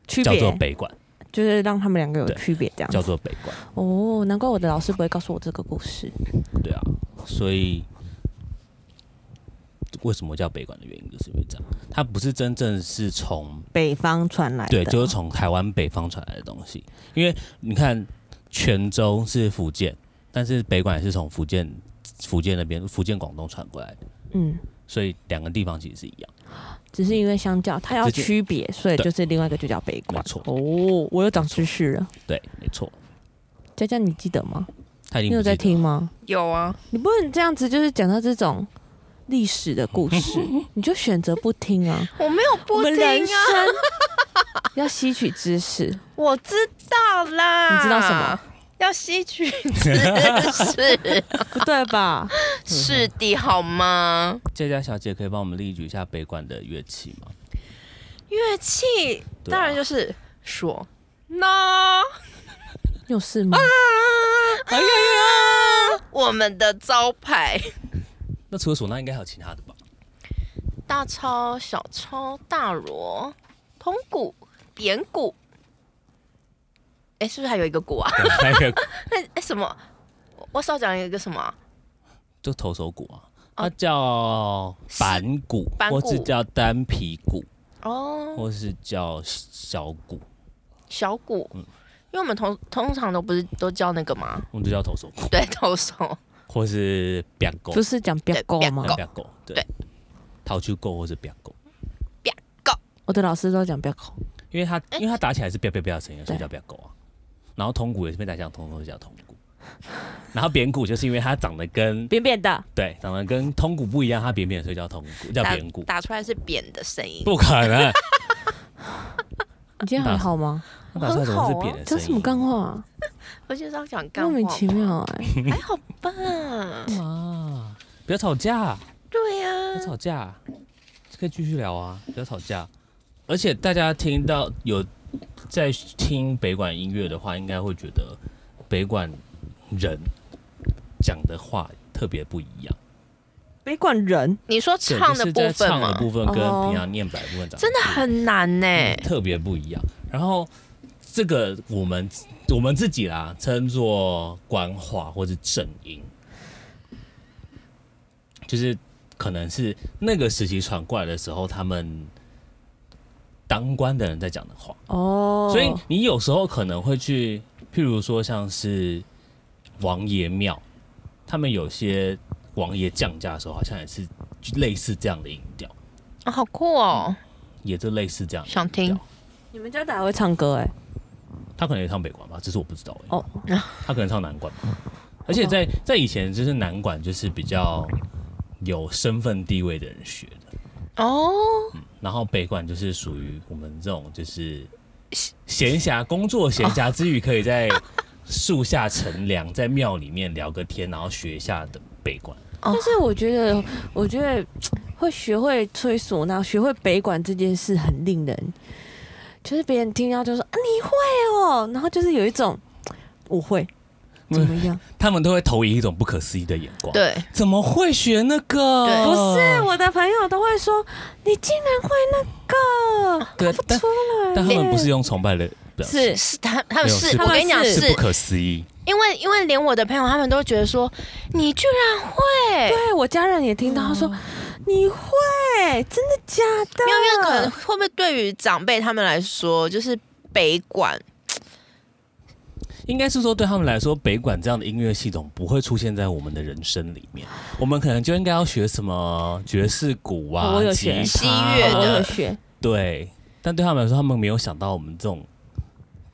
Speaker 4: 区
Speaker 3: 叫
Speaker 4: 别
Speaker 3: 做北馆，
Speaker 4: 就是让他们两个有
Speaker 3: 对
Speaker 4: 区别这样
Speaker 3: 叫
Speaker 4: 子。
Speaker 3: 做北馆，
Speaker 4: 哦，难怪我的老师不会告诉我这个故事。
Speaker 3: 对啊，所以为什么叫北馆的原因就是因为这样，它不是真正是从
Speaker 4: 北方传来的，
Speaker 3: 对，就是从台湾北方传来的东西。因为你看，泉州是福建，但是北管也是从福建、福建那边、福建广东传过来的，
Speaker 4: 嗯，
Speaker 3: 所以两个地方其实是一样。
Speaker 4: 只是因为相较它要
Speaker 3: 直接
Speaker 4: 区别，所以
Speaker 3: 对
Speaker 4: 就是另外一个就叫北馆
Speaker 3: 没。错
Speaker 4: 哦，我又长知识了。
Speaker 3: 对，没错。
Speaker 4: 佳佳，你记得吗？
Speaker 3: 他已
Speaker 4: 你
Speaker 3: 经
Speaker 4: 有
Speaker 3: 不记得
Speaker 4: 在
Speaker 3: 了
Speaker 4: 听？吗？
Speaker 2: 有啊，
Speaker 4: 你不能这样子，就是讲到这种历史的故 事，你就选择不听啊。
Speaker 2: 我没有
Speaker 4: 我
Speaker 2: 不
Speaker 4: 们
Speaker 2: 听
Speaker 4: 人
Speaker 2: 啊，
Speaker 4: 生 要吸取知识，
Speaker 2: 我知道啦。
Speaker 4: 你知道什么？
Speaker 2: 要吸取 知识，
Speaker 4: 不对吧？
Speaker 2: 是的，好吗？
Speaker 3: 佳佳小姐可以帮我们列举一下北管的乐器吗？
Speaker 2: 乐器
Speaker 3: 对啊
Speaker 2: 当然就是说，那
Speaker 4: 有事吗？
Speaker 2: 哎呀呀，我们的招牌，
Speaker 3: 那除了唢呐，应该还有其他 的吧？
Speaker 2: 大抄、小抄、大锣、铜鼓、扁鼓。哎，是不是还有一个鼓啊？
Speaker 3: 还有一个
Speaker 2: 那哎什么？我我少讲一个什么啊？
Speaker 3: 就投手鼓啊，
Speaker 2: 哦
Speaker 3: 它叫板鼓，
Speaker 2: 板
Speaker 3: 或
Speaker 2: 鼓
Speaker 3: 是叫单皮鼓，
Speaker 2: 哦，
Speaker 3: 或是叫小鼓，
Speaker 2: 小鼓。
Speaker 3: 嗯
Speaker 2: 因为我们通通常都不是都叫那个吗？
Speaker 3: 我们就叫投手鼓，
Speaker 2: 对，投手。
Speaker 3: 或是表鼓
Speaker 4: 不。是讲表
Speaker 2: 对
Speaker 4: 狗
Speaker 2: 表
Speaker 4: 吗
Speaker 2: 狗？
Speaker 3: 表狗，对
Speaker 2: 对，
Speaker 3: 淘去狗或是表狗，
Speaker 4: 我的老师都讲表狗。
Speaker 3: 因为它
Speaker 2: 哎
Speaker 3: 因为它打起来是表表表的声音，所以
Speaker 4: 对
Speaker 3: 叫表狗啊。然后铜鼓也是被打响，通通都叫铜鼓。然后扁鼓就是因为它长得跟
Speaker 4: 扁扁的，
Speaker 3: 对长得跟铜鼓不一样，它扁扁，所以叫铜鼓，叫
Speaker 2: 打
Speaker 3: 扁鼓。
Speaker 2: 打出来是扁的声音。
Speaker 3: 不可能，
Speaker 4: 你今天还好吗？
Speaker 3: 它打出来怎么是扁的声
Speaker 4: 讲
Speaker 3: 音？
Speaker 4: 啊什么干话？
Speaker 2: 我就是要讲干
Speaker 4: 莫
Speaker 2: 话，嗯
Speaker 4: 名其妙哎、
Speaker 2: 还好吧？
Speaker 3: 啊！不要吵架，
Speaker 2: 对啊呀、
Speaker 3: 不要吵架，啊可以继续聊啊，不要吵架。而且大家听到有在听北管音乐的话，应该会觉得北管人讲的话特别不一样。
Speaker 4: 没管人，
Speaker 2: 你说
Speaker 3: 对
Speaker 2: 唱
Speaker 3: 就是
Speaker 2: 的部分
Speaker 3: 在唱的
Speaker 2: 吗？
Speaker 3: 部分跟
Speaker 4: 哦
Speaker 3: 平常念白的部分长得
Speaker 2: 真的
Speaker 3: 不一样
Speaker 2: 很难呢、
Speaker 3: 嗯特别不一样。然后这个我们我们自己啦，称作官话或是正音，就是可能是那个时期传过来的时候，他们当官的人在讲的话。
Speaker 4: 哦，
Speaker 3: 所以你有时候可能会去，譬如说像是王爷庙，他们有些王爷降价的时候，好像也是类似这样的音调，
Speaker 2: 啊好酷哦！
Speaker 3: 也是类似这样的音调。
Speaker 2: 想听
Speaker 4: 你们家哪还会唱歌哎、
Speaker 3: 他可能也唱北管吧，只是我不知道而已。
Speaker 4: 哦
Speaker 3: 他可能唱南管吧。而且在在以前，就是南管就是比较有身份地位的人学的，
Speaker 2: 哦，
Speaker 3: 然后北管就是属于我们这种就是闲暇工作、闲暇之余可以在树下乘凉，在庙里面聊个天，然后学一下的北管。
Speaker 4: 但是我觉得，我觉得会学会吹唢呐，学会北管这件事很令人，就是别人听到就说啊你会哦，然后就是有一种我会怎么样？
Speaker 3: 他们都会投以一种不可思议的眼光，，
Speaker 2: 对，
Speaker 3: 怎么会学那个？
Speaker 2: 对
Speaker 4: 不是，我的朋友都会说你竟然会那个，
Speaker 3: 对，但
Speaker 4: 出来
Speaker 3: 但他们
Speaker 4: 耶
Speaker 3: 不是用崇拜的表情，
Speaker 4: 是
Speaker 2: 是他他
Speaker 3: 没
Speaker 2: 们
Speaker 3: 有
Speaker 2: 是
Speaker 3: 是
Speaker 2: 我跟你讲
Speaker 4: 是
Speaker 2: 是
Speaker 3: 是不可思议。
Speaker 2: 因为因为连我的朋友他们都觉得说你居然会，啊
Speaker 4: 对我家人也听到，他说你会，真的假的？
Speaker 2: 没有因为可能嗯会不会对于长辈他们来说就是北管
Speaker 3: 应该是说，对他们来说，北管这样的音乐系统不会出现在我们的人生里面。我们可能就应该要学什么爵士鼓啊
Speaker 4: 我、有
Speaker 3: 吉
Speaker 4: 学
Speaker 2: 西
Speaker 3: 他
Speaker 2: 乐
Speaker 4: 我
Speaker 2: 的
Speaker 4: 有学，
Speaker 3: 对。但对他们来说，他们没有想到我们这种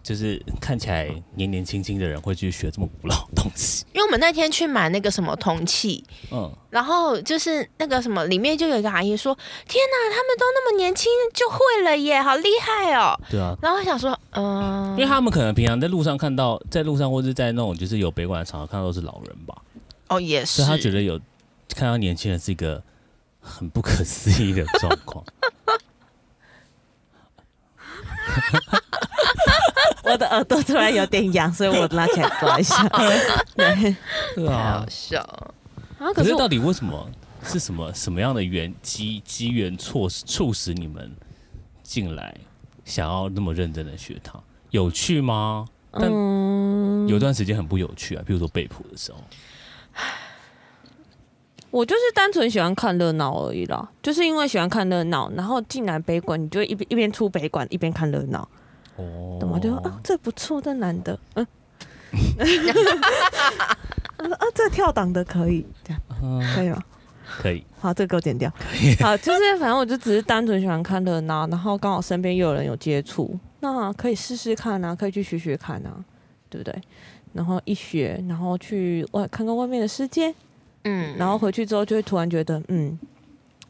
Speaker 3: 就是看起来年年轻轻的人会去学这么古老的东西。
Speaker 2: 因为我们那天去买那个什么铜器，
Speaker 3: 嗯，
Speaker 2: 然后就是那个什么，里面就有一个阿姨说：“天哪，他们都那么年轻就会了耶，好厉害哦
Speaker 3: 对啊！”，
Speaker 2: 然后我想说，嗯、
Speaker 3: 因为他们可能平常在路上看到，在路上或是在那种就是有北管的场合看到都是老人吧，
Speaker 2: 哦也是，
Speaker 3: 所以他觉得有看到年轻人是一个很不可思议的状 况。
Speaker 4: 我的耳朵突然有点痒，所以我拉起来抓一下。对
Speaker 3: 对
Speaker 2: 太
Speaker 3: 啊
Speaker 2: 好，笑了。
Speaker 4: 啊，
Speaker 3: 可
Speaker 4: 可
Speaker 3: 是
Speaker 4: 是
Speaker 3: 到
Speaker 4: 我
Speaker 3: 底为什么是什么什么样的原机机缘措施促使你们进来想要那么认真的学它。有趣吗？但
Speaker 4: 嗯，
Speaker 3: 有段时间很不有趣啊，比如说背谱的时候，
Speaker 4: 我就是单纯喜欢看热闹而已啦，就是因为喜欢看热闹，然后进来北馆，你就会一边一边出北馆一边看热闹，
Speaker 3: 哦，
Speaker 4: 懂吗？就说啊，这不错，这男的， 嗯，我说啊，这跳档的可以，这样可以吗？
Speaker 3: 可以，
Speaker 4: 好，这个给我剪掉。好，就是反正我就只是单纯喜欢看热闹，然后刚好身边又有人有接触，那可以试试看啊，可以去学学看啊，对不对？然后一学，然后去外看看外面的世界，
Speaker 2: 嗯，
Speaker 4: 然后回去之后就会突然觉得，嗯，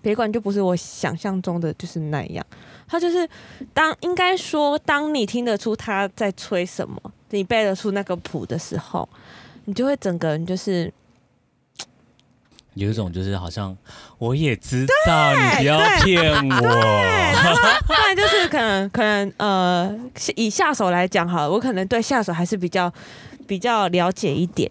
Speaker 4: 别管就不是我想象中的就是那样。他就是当应该说，当你听得出他在吹什么，你背得出那个谱的时候，你就会整个人就是
Speaker 3: 有一种就是好像我也知道，你不要骗我，
Speaker 4: 不然就是可能可能呃，以下手来讲好了，我可能对下手还是比较比较了解一点。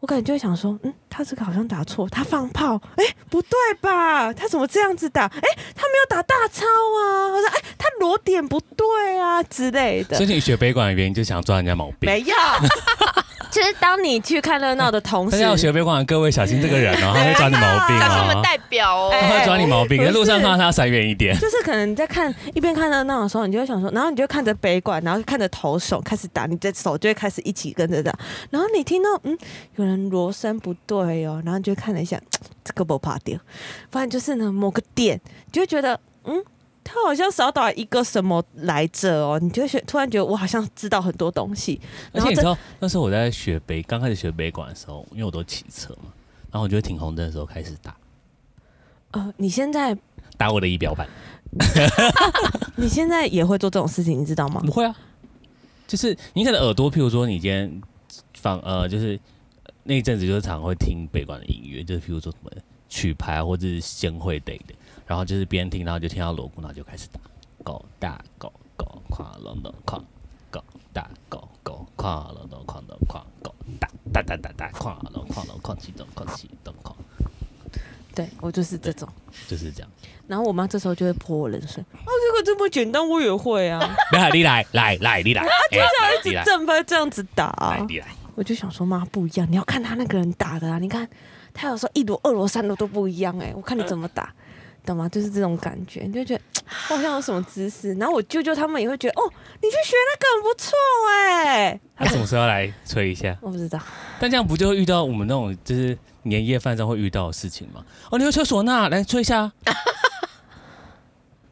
Speaker 4: 我可能就会想说，嗯，他这个好像打错，他放炮，哎、不对吧？他怎么这样子打？哎、他没有打大招啊，或者哎，他裸点不对啊之类 的
Speaker 3: 所。以你学北管的原因就想抓人家毛病。
Speaker 4: 没有， 就是当你去看热闹的同
Speaker 3: 大
Speaker 4: 时
Speaker 3: 家，有学北管的各位小心这个人哦，他会抓你毛病
Speaker 2: 像什么
Speaker 3: 哦，
Speaker 2: 代表哦，
Speaker 4: 哎
Speaker 3: 他会抓你毛病，
Speaker 4: 不
Speaker 3: 在
Speaker 4: 是
Speaker 3: 路上看到他闪远一点。
Speaker 4: 就是可能你在看一边看热闹的时候，你就会想说，然后你就看着北管，然后看着投手开始打，你的手就会开始一起跟着打，然后你听到嗯有人锣声不对哦，然后你就会看了一下，嘖这个不怕掉，反正就是呢某个点，你就会觉得嗯。他好像少打一个什么来着哦，你就会觉突然觉得我好像知道很多东西，
Speaker 3: 而且
Speaker 4: 然后
Speaker 3: 你
Speaker 4: 这
Speaker 3: 知道，那时候我在学北，刚开始学北管的时候，因为我都骑车嘛，然后我就会停红灯的时候开始打
Speaker 4: 呃，你现在
Speaker 3: 打我的仪表板。
Speaker 4: 你现在也会做这种事情，你知道吗
Speaker 3: 不？会啊，就是你可能耳朵，譬如说你今天放呃，就是呃那一阵子就是常会听北管的音乐，就是譬如说什么曲牌啊或者是先会得的，然后就是边听，然后就听到锣鼓，然后就开始打狗大狗狗跨隆咚跨狗大狗狗跨隆咚跨隆跨狗大哒哒哒哒跨隆跨隆跨起咚跨起咚跨，
Speaker 4: 对我就是这种。
Speaker 3: 就是这样。
Speaker 4: 然后我妈这时候就会泼我冷水，啊，这个这么简单，我也会啊，
Speaker 3: 来，你来，来来，你来，哎
Speaker 4: 他一直
Speaker 3: 你来，
Speaker 4: 正拍这样子打、啊
Speaker 3: 来你来，
Speaker 4: 我就想说妈不一样，你要看他那个人打的啊，你看他有时候一罗、二罗、三罗都不一样哎、我看你怎么打，懂吗？就是这种感觉，你就觉得我好像有什么知识，然后我舅舅他们也会觉得哦，你去学那个很不错哎、
Speaker 3: 他什么时候来吹一下？
Speaker 4: 我不知道，
Speaker 3: 但这样不就会遇到我们那种就是年夜饭上会遇到的事情吗？哦，你会吹唢呐，来吹一下啊，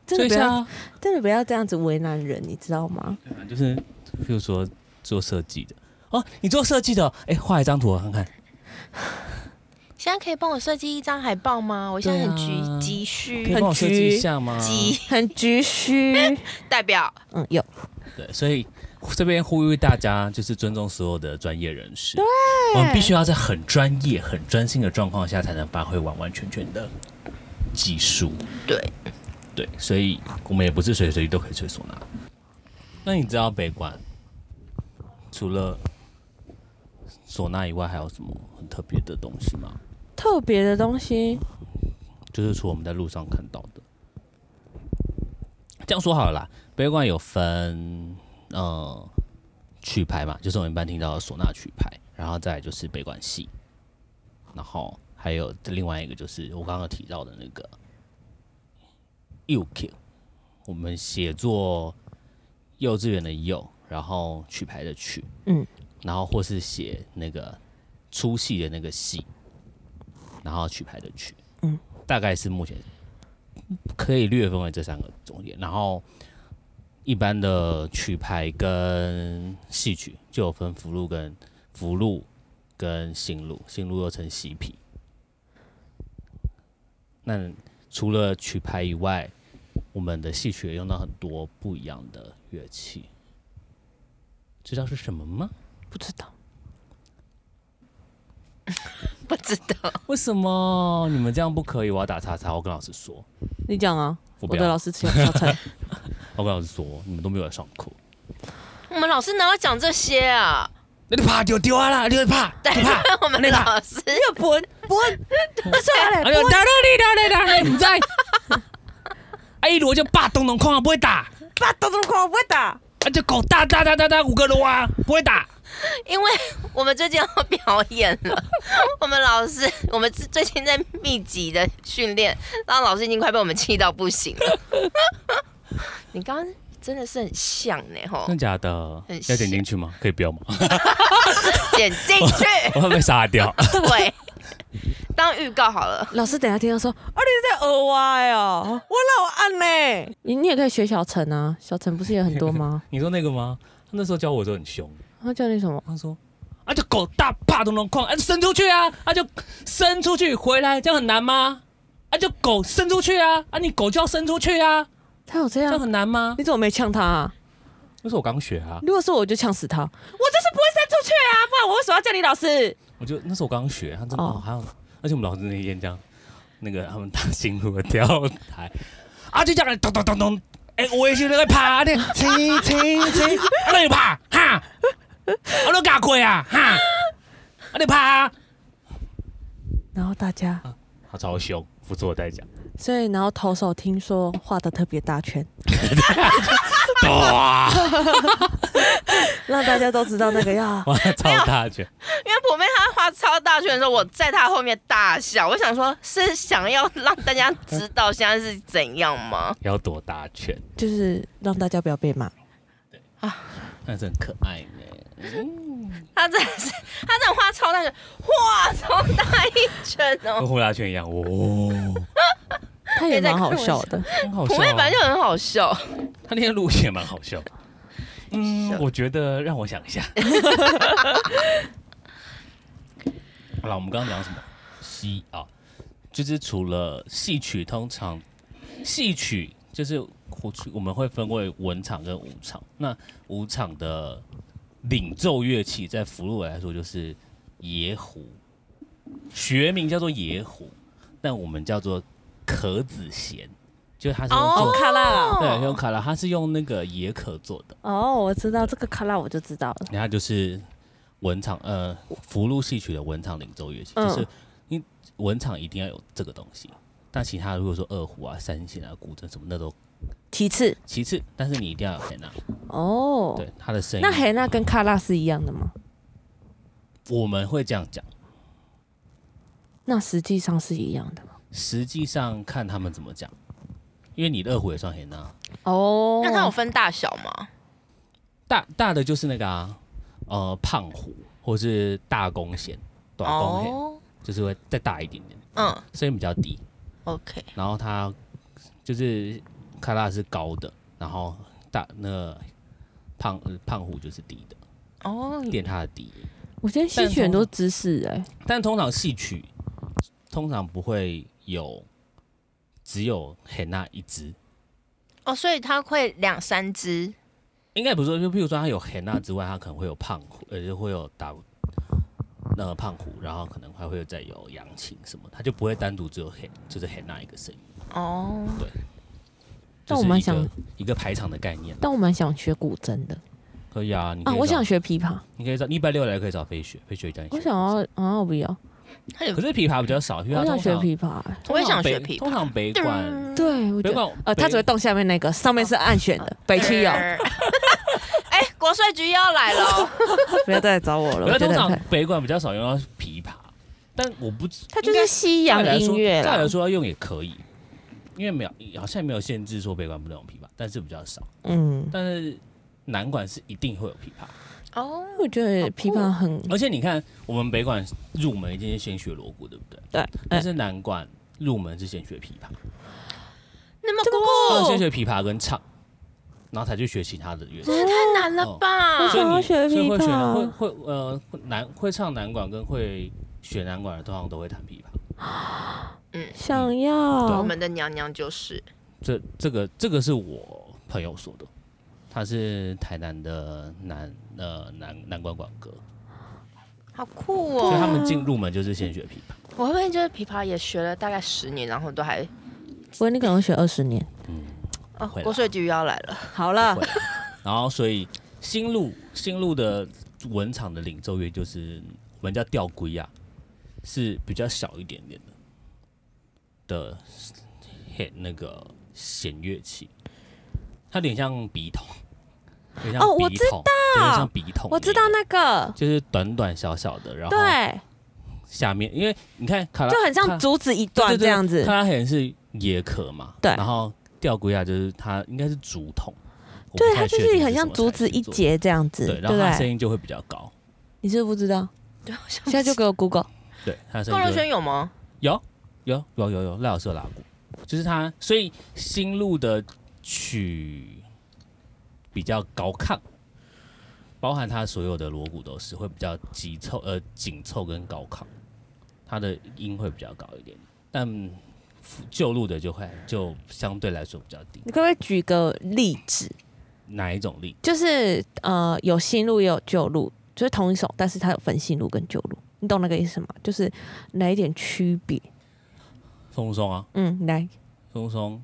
Speaker 4: 真
Speaker 3: 吹一
Speaker 4: 的不
Speaker 3: 下
Speaker 4: 要，
Speaker 3: 啊，
Speaker 4: 真的不要这样子为难人，你知道吗？
Speaker 3: 对啊就是譬如说做设计的，哦，你做设计的哦，哎、画一张图我看看，
Speaker 2: 现在可以帮我设计一张海报吗？我现在很急
Speaker 3: 对啊
Speaker 2: 急
Speaker 3: 可以
Speaker 2: 需，
Speaker 3: 帮我设计一下吗
Speaker 2: 很？急，
Speaker 4: 很局虚，
Speaker 2: 代表
Speaker 4: 嗯，有
Speaker 3: 对，所以这边呼吁大家就是尊重所有的专业人士，我们必须要在很专业、很专心的状况下，才能发挥完完全全的技术。
Speaker 2: 对
Speaker 3: 对，所以我们也不是随时随地都可以吹唢呐。那你知道北管除了唢呐以外，还有什么很特别的东西吗？
Speaker 4: 特别的东西，
Speaker 3: 就是除我们在路上看到的。这样说好了啦，北管有分呃曲牌嘛，就是我们一般听到的唢呐曲牌，然后再来就是北管系，然后还有另外一个就是我刚刚有提到的那个 UQ，我们写作幼稚园的幼，然后曲牌的曲，
Speaker 4: 嗯，
Speaker 3: 然后或是写那个粗戏的那个戏，然后曲牌的曲，大概是目前可以略分为这三个重点。然后一般的曲牌跟戏曲就有分福禄跟福禄跟新路，新路又称西皮。那除了曲牌以外，我们的戏曲也用到很多不一样的乐器，知道是什么吗？
Speaker 4: 不知道。
Speaker 2: 不知道，
Speaker 3: 为什么你们这样不可以？我要打叉叉，我跟老师说，
Speaker 4: 你讲啊，
Speaker 3: 我
Speaker 4: 我
Speaker 3: 不
Speaker 4: 的
Speaker 3: 要
Speaker 4: 老师吃小哎菜，
Speaker 3: 我跟老师说，你们都没有来上课。
Speaker 2: 我们老师哪有讲这些啊？
Speaker 3: 那你怕就丢啊啦，你会怕，
Speaker 2: 对
Speaker 3: 你怕，，
Speaker 2: 我们
Speaker 3: 你怕
Speaker 2: 老师
Speaker 4: 又不不，啊算了
Speaker 3: 哎呦，打了你，打了打了，你在，哎，一罗就霸咚咚哐，不会打，
Speaker 4: 爸，咚咚哐，我不会打。
Speaker 3: 啊，这狗大大大大大五个罗啊，不会打。
Speaker 2: 因为我们最近要表演了， 我们老师，我们最近在密集的训练，然后老师已经快被我们气到不行了。 你刚刚真的是很像呢，吼
Speaker 3: 真，的假的
Speaker 2: 很？
Speaker 3: 要点进去吗？可以不要吗？
Speaker 2: 剪进去，
Speaker 3: 我会被杀掉。
Speaker 2: 对，当预告好了。
Speaker 4: 老师等一下听到说，啊，你在额外哦， 我老按呢。你你也可以学小陈啊，小陈不是也很多 吗？
Speaker 3: 你说那个吗？他那时候教我的时候很凶，
Speaker 4: 他叫你什么？
Speaker 3: 他说。啊！就狗大怕咚咚哐，啊就伸出去啊！啊就伸出去回来，这样很难吗？啊就狗伸出去啊！啊你狗就要伸出去啊！
Speaker 4: 他有这
Speaker 3: 这样
Speaker 4: 样？
Speaker 3: 很难吗？
Speaker 4: 你怎么没呛他啊？
Speaker 3: 那是我刚学啊，
Speaker 4: 如果是我，我就呛死他。我就是不会伸出去啊，不然我为什么要叫你老师？
Speaker 3: 我就那时候我刚学，他真的
Speaker 4: 哦
Speaker 3: 哦，还有，而且我们老师那天这样，那个他们大新路的跳台，啊就这样咚咚咚咚，哎、我也是那个爬的，亲亲亲，啊那你爬哈，我都搞过啊哈，啊你爬，
Speaker 4: 然后大家，
Speaker 3: 他超凶，付出我代价，
Speaker 4: 所以然后投手听说画的特别大圈，
Speaker 3: 哇，。
Speaker 4: 让大家都知道那 个呀
Speaker 3: 哇超大拳，
Speaker 2: 因为普妹她画超大圈的时候，我在她后面大笑。我想说，是想要让大家知道现在是怎样吗？
Speaker 3: 要多大拳，
Speaker 4: 嗯就是让大家不要被骂。
Speaker 3: 但是很可爱呢。
Speaker 2: 她真的是，她真的画超大圈，哇，超大一圈哦
Speaker 3: 跟！呼啦圈一样，哦，
Speaker 4: 他也蛮好笑的，
Speaker 3: 很好笑、
Speaker 2: 普
Speaker 3: 啊。
Speaker 2: 妹本来就很好笑，
Speaker 3: 他那天录也蛮好笑的。嗯
Speaker 2: 笑，
Speaker 3: 我觉得让我想一下。 好了，我们刚刚讲什么？戏啊，就是除了戏曲，通常戏曲就是我我们会分为文场跟武场。那武场的领奏乐器，在福禄伟来说就是野狐，学名叫做野狐，但我们叫做壳子弦，就是它是用
Speaker 2: 哦
Speaker 3: 做
Speaker 4: 哦，卡拉啦。
Speaker 3: 对，用卡拉，它是用那个野可做的，
Speaker 4: 哦，我知道这个卡拉，我就知道了。
Speaker 3: 然后它就是文场呃福禄戏曲的文场领奏乐器，
Speaker 4: 嗯
Speaker 3: 就是因为文场一定要有这个东西，但其他如果说二胡啊、三弦啊、古筝什么那都
Speaker 4: 其次，
Speaker 3: 其次，但是你一定要有黑娜，
Speaker 4: 哦，
Speaker 3: 对它的声音
Speaker 4: 那，海娜跟卡拉是一样的吗？
Speaker 3: 我们会这样讲，
Speaker 4: 那实际上是一样的吗？
Speaker 3: 实际上看他们怎么讲，因为你的二胡也算黑娜，
Speaker 4: 哦
Speaker 2: 那它有分大小吗？
Speaker 3: 大大的就是那个啊，呃胖虎或是大弓弦、短弓
Speaker 4: 哦
Speaker 3: 弦，，就是会再大一点点，
Speaker 2: 哦嗯
Speaker 3: 声音比较低。
Speaker 2: ，OK，
Speaker 3: 然后它就是卡拉是高的，然后大那个胖呃胖虎就是低的，
Speaker 2: 哦，
Speaker 4: 嗯
Speaker 3: 练它的低音。
Speaker 4: 我今天吸取很多知识哎、
Speaker 3: 但通常戏曲通常不会有只有很那一支，
Speaker 2: 哦，所以它会两三只，
Speaker 3: 应该不是说，就譬如说它有很那之外，它可能会有胖虎，呃，就会有打那个胖虎，然后可能还会有再有扬琴什么，它就不会单独只有很就是很那一个声音。
Speaker 2: 哦，
Speaker 4: 但
Speaker 3: 就是
Speaker 4: 我蛮
Speaker 3: 一个
Speaker 4: 想
Speaker 3: 一个排场的概念，
Speaker 4: 但我蛮想学古筝的
Speaker 3: 可以啊，你可
Speaker 4: 啊，
Speaker 3: 以
Speaker 4: 我
Speaker 3: 找
Speaker 4: 想学琵琶，
Speaker 3: 你可以找，你礼拜六来可以找飞雪，飞雪教你学
Speaker 4: 我。想要啊，我不要，
Speaker 2: 它有
Speaker 3: 可，是琵琶比较少，因为它
Speaker 4: 我想
Speaker 3: 通
Speaker 4: 学
Speaker 3: 常
Speaker 4: 琵琶欸、
Speaker 2: 我也想学
Speaker 3: 北
Speaker 2: 琵琶。
Speaker 3: 通常北管，
Speaker 4: 对，我觉
Speaker 3: 北
Speaker 4: 得
Speaker 3: 管
Speaker 4: 呃，他只会
Speaker 3: 北
Speaker 4: 动下面那个，上面是暗选的，北哦区 有，
Speaker 2: 哎，国税局要来了，哦
Speaker 4: 不要再来找我
Speaker 3: 可
Speaker 4: 了，我
Speaker 3: 是
Speaker 4: 觉
Speaker 3: 通
Speaker 4: 得
Speaker 3: 常
Speaker 4: 很
Speaker 3: 北管比较少用到琵琶，但我不知
Speaker 4: 他就是西洋音乐
Speaker 3: 照理
Speaker 4: 啦
Speaker 3: 来，说要用也可以，因为没有好像没有限制说北管不能用琵琶，但是比较少。
Speaker 4: 嗯，
Speaker 3: 但是南管是一定会有琵琶，
Speaker 2: 哦，
Speaker 4: 我觉得琵琶很
Speaker 3: 而且你看我们北管入门一定是先学锣鼓，对不对？
Speaker 4: 对，
Speaker 3: 但是南管入门是先学琵琶，
Speaker 2: 那么
Speaker 4: 哦
Speaker 3: 他们先
Speaker 2: 酷，
Speaker 3: 学琵琶跟唱，然后才去学其他的乐器。
Speaker 2: 太难了吧
Speaker 4: 哦？
Speaker 3: 所以
Speaker 4: 想要
Speaker 3: 你
Speaker 4: 学
Speaker 3: 所以
Speaker 4: 琵
Speaker 3: 会学
Speaker 4: 琶
Speaker 3: 会会呃会南会唱南管跟会学南管的，通常都会弹琵琶。
Speaker 4: 想
Speaker 2: 我
Speaker 4: 要，
Speaker 3: 啊
Speaker 2: 们的娘娘就是
Speaker 3: 这这个这个是我朋友说的，他是台南的南呃南南管管歌，
Speaker 2: 好酷
Speaker 3: 所以他
Speaker 2: 哦！
Speaker 3: 们进入门就是先学琵琶。
Speaker 2: 我会不会就是琵琶也学了大概十年，然后都还
Speaker 4: 不过你可能会学二十年，
Speaker 2: 哦
Speaker 3: 会，啦
Speaker 2: 国税局要来了，
Speaker 4: 好了
Speaker 3: 会，然后所以新路新路的文场的领奏乐就是我们叫吊龟啊，是比较小一点点的的嘿那个弦乐器。它有点像笔筒，有点
Speaker 4: 哦
Speaker 3: 像
Speaker 4: 我
Speaker 3: 笔
Speaker 4: 知
Speaker 3: 筒，有点像笔筒，
Speaker 4: 我知道那个，
Speaker 3: 就是短短小小的，然后
Speaker 4: 对，
Speaker 3: 下面，因为你看卡拉
Speaker 4: 就很像
Speaker 3: 卡
Speaker 4: 竹子一段
Speaker 3: 对对
Speaker 4: 这
Speaker 3: 对
Speaker 4: 样子
Speaker 3: 卡。拉很是野可嘛，
Speaker 4: 对
Speaker 3: 然后吊古亚就是它应该是竹筒，我
Speaker 4: 对，
Speaker 3: 不太
Speaker 4: 它就
Speaker 3: 确定
Speaker 4: 是
Speaker 3: 是
Speaker 4: 很
Speaker 3: 什
Speaker 4: 像
Speaker 3: 么
Speaker 4: 竹
Speaker 3: 材
Speaker 4: 子
Speaker 3: 质
Speaker 4: 一
Speaker 3: 做的，
Speaker 4: 节这样子，
Speaker 3: 对，
Speaker 4: 对
Speaker 3: 然
Speaker 4: 不
Speaker 3: 后它声
Speaker 4: 对？
Speaker 3: 音就会比较高，
Speaker 4: 你是不是不知 道？
Speaker 2: 对，我想
Speaker 4: 现在就给我 Google。
Speaker 3: 对，它的声
Speaker 2: 高
Speaker 3: 音
Speaker 2: 若
Speaker 3: 就会
Speaker 2: 轩有吗？
Speaker 3: 有有有有有，赖老师有拉过，就是他，所以新路的曲比较高亢，包含他所有的锣鼓都是会比较急凑呃紧凑跟高亢，他的音会比较高一点，但旧路的就会就相对来说比较低。
Speaker 4: 你可不可以举个例子？
Speaker 3: 哪一种力？
Speaker 4: 就是呃，有新路也有旧路，就是同一首，但是它有分新路跟旧路，你懂那个意思吗？就是哪一点区别？
Speaker 3: 松松啊，
Speaker 4: 嗯，来
Speaker 3: 松松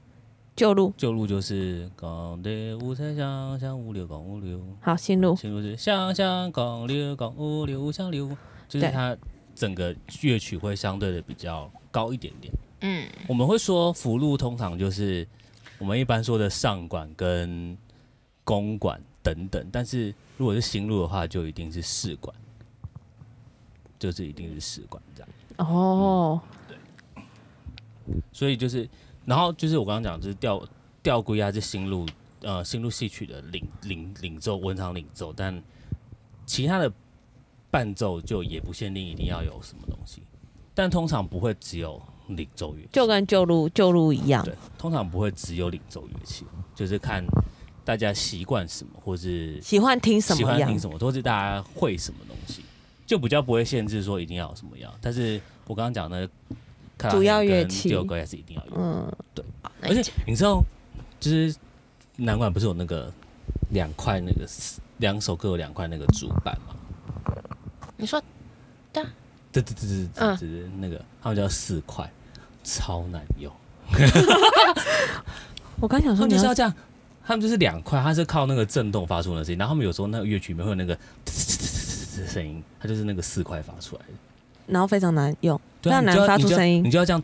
Speaker 4: 旧路
Speaker 3: 旧路就是港的舞台上像五六港五六。
Speaker 4: 好，新路
Speaker 3: 进入是香香港六港五六香六，就是
Speaker 4: 对
Speaker 3: 它整个乐曲会相对的比较高一点点。
Speaker 2: 嗯，
Speaker 3: 我们会说福禄通常就是我们一般说的上管跟公管等等，但是如果是新路的话，就一定是试管，就是一定是试管这样。
Speaker 4: 哦，
Speaker 3: 所以就是，然后就是我刚刚讲，就是吊吊龟啊，是新路呃新路戏曲的领领领奏文场领奏，但其他的伴奏就也不限定一定要有什么东西，但通常不会只有领奏乐器，
Speaker 4: 就跟旧路旧路一样
Speaker 3: 对，通常不会只有领奏乐器，就是看大家习惯什么，或是
Speaker 4: 喜欢听什
Speaker 3: 喜
Speaker 4: 么
Speaker 3: 欢
Speaker 4: 样
Speaker 3: 听？什么，或是大家会什么东西，就比较不会限制说一定要有什么样。但是我刚刚讲的卡拉
Speaker 4: 主要
Speaker 3: OK
Speaker 4: 乐
Speaker 3: 跟
Speaker 4: 器
Speaker 3: 吊龟还是一定要有。
Speaker 4: 嗯，
Speaker 2: 那
Speaker 3: 而
Speaker 2: 你
Speaker 3: 且你知道，就是南管不是有那个两块那个两首歌有两块那个主板嘛？
Speaker 2: 你说
Speaker 3: 对对对对
Speaker 4: 嗯
Speaker 3: 对对对，那个他们叫四块，超难用。
Speaker 4: 我刚想
Speaker 3: 他
Speaker 4: 说
Speaker 3: 们
Speaker 4: 你
Speaker 3: 就是
Speaker 4: 要
Speaker 3: 要这样，他们就是两块，它是靠那个震动发出的声音，然后他们有时候那个乐曲里面会有那个的声音，它就是那个四块发出来的，
Speaker 4: 然后非常难用，非
Speaker 3: 对啊，
Speaker 4: 常
Speaker 3: 你就
Speaker 4: 难
Speaker 3: 要
Speaker 4: 发出声
Speaker 3: 你
Speaker 4: 音。
Speaker 3: 就要这样。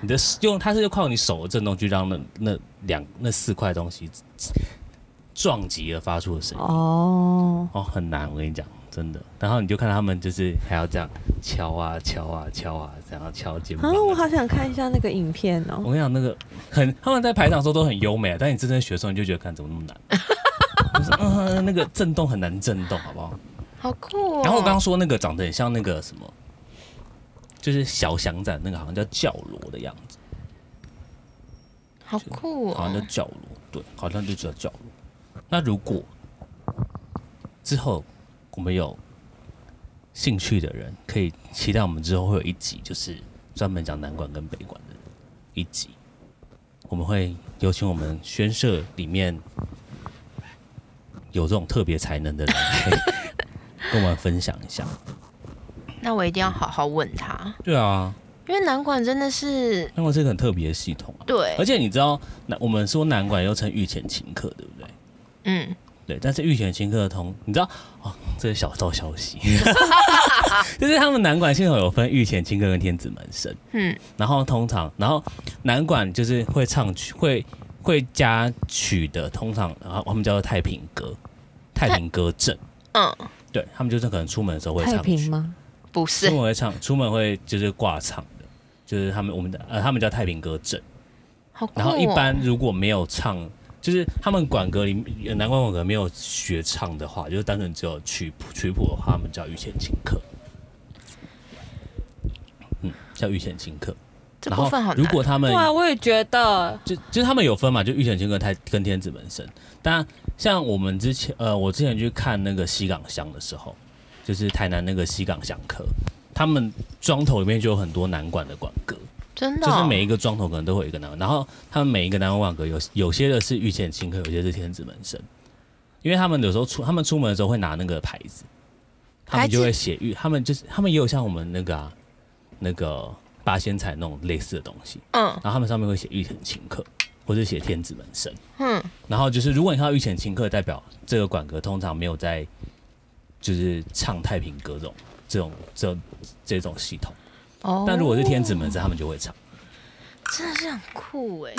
Speaker 3: 你的用它是靠你手的震动去让那那两那四块东西撞击而发出的声音。
Speaker 4: 哦，
Speaker 3: 哦，很难，我跟你讲，真的。然后你就看他们就是还要这样敲啊敲啊敲啊，这样敲肩膀
Speaker 4: 啊，
Speaker 3: 啊。
Speaker 4: 我好想看一下那个影片
Speaker 3: 我
Speaker 4: 哦。
Speaker 3: 跟你讲，那个很他们在排场的时候都很优美，啊但你真正学的时候，你就觉得看怎么那么难。就是嗯，那个震动很难震动，好不好？
Speaker 2: 好酷哦。
Speaker 3: 然后我刚刚说那个长得很像那个什么，就是小翔展那个好像叫教罗的样子，
Speaker 2: 好酷
Speaker 3: 好像
Speaker 2: 哦
Speaker 3: 叫，教罗，对，好像就叫教罗。那如果之后我们有兴趣的人，可以期待我们之后会有一集，就是专门讲南管跟北管的一集。我们会有请我们宣社里面有这种特别才能的人，可 以跟我们分享一下。
Speaker 2: 那我一定要好好问他，
Speaker 3: 对啊，因
Speaker 2: 因为南管真的是
Speaker 3: 为这个很特别的系统啊。
Speaker 2: 对
Speaker 3: 而，且你知道，南我们说南管又称御前琴课，对不对？
Speaker 2: 嗯，
Speaker 3: 对，但是御前新课的同，你知道哦，这是小道消息， 就是他们南管系统有分御前新课跟天子门生，
Speaker 2: 嗯，
Speaker 3: 然后通常，然后南管就是会唱曲，会会加曲的，通常然后我们叫做太平歌，太平歌阵，
Speaker 2: 嗯，
Speaker 3: 对他们就是可能出门的时候会
Speaker 4: 太
Speaker 3: 唱曲，
Speaker 4: 平吗？
Speaker 2: 不
Speaker 3: 出
Speaker 2: 是
Speaker 3: 门会唱，出门会就是挂唱的，就是他们我们的呃，他们叫太平歌阵。
Speaker 2: 好酷、哦。
Speaker 3: 然后一般如果没有唱，就是他们管格里面南管管格没有学唱的话，就是单纯只有曲谱曲谱的话，他们叫御前琴课。嗯，叫御前琴课。
Speaker 2: 这
Speaker 3: 然
Speaker 2: 部
Speaker 3: 后
Speaker 2: 分好难。
Speaker 3: 如果他们
Speaker 4: 对啊，我也觉得。
Speaker 3: 就就是他们有分嘛，就御前琴课太跟天子门生。但像我们之前呃，我之前去看那个西港乡的时候，就是台南那个西港乡课，他们庄头里面就有很多南管的管歌。
Speaker 2: 真的
Speaker 3: 就
Speaker 2: 哦、
Speaker 3: 是每一个庄头可能都会有一个南管，然后他们每一个南管网格有有些的是御前清客，有些是天子门生，因为他们有时候出他们出门的时候会拿那个牌子，他
Speaker 2: 牌
Speaker 3: 们
Speaker 2: 子
Speaker 3: 就会写御，他们就是他们也有像我们那个啊那个八仙彩那种类似的东西，
Speaker 2: 嗯
Speaker 3: 然后他们上面会写御前清客或者写天子门生，
Speaker 2: 嗯，
Speaker 3: 然后就是如果你看到御前清客，代表这个管格通常没有在就是唱太平歌这种这种这种这种系统，
Speaker 2: 哦。
Speaker 3: 但如果是天子门生，他们就会唱。
Speaker 2: 欸真的是很酷哎、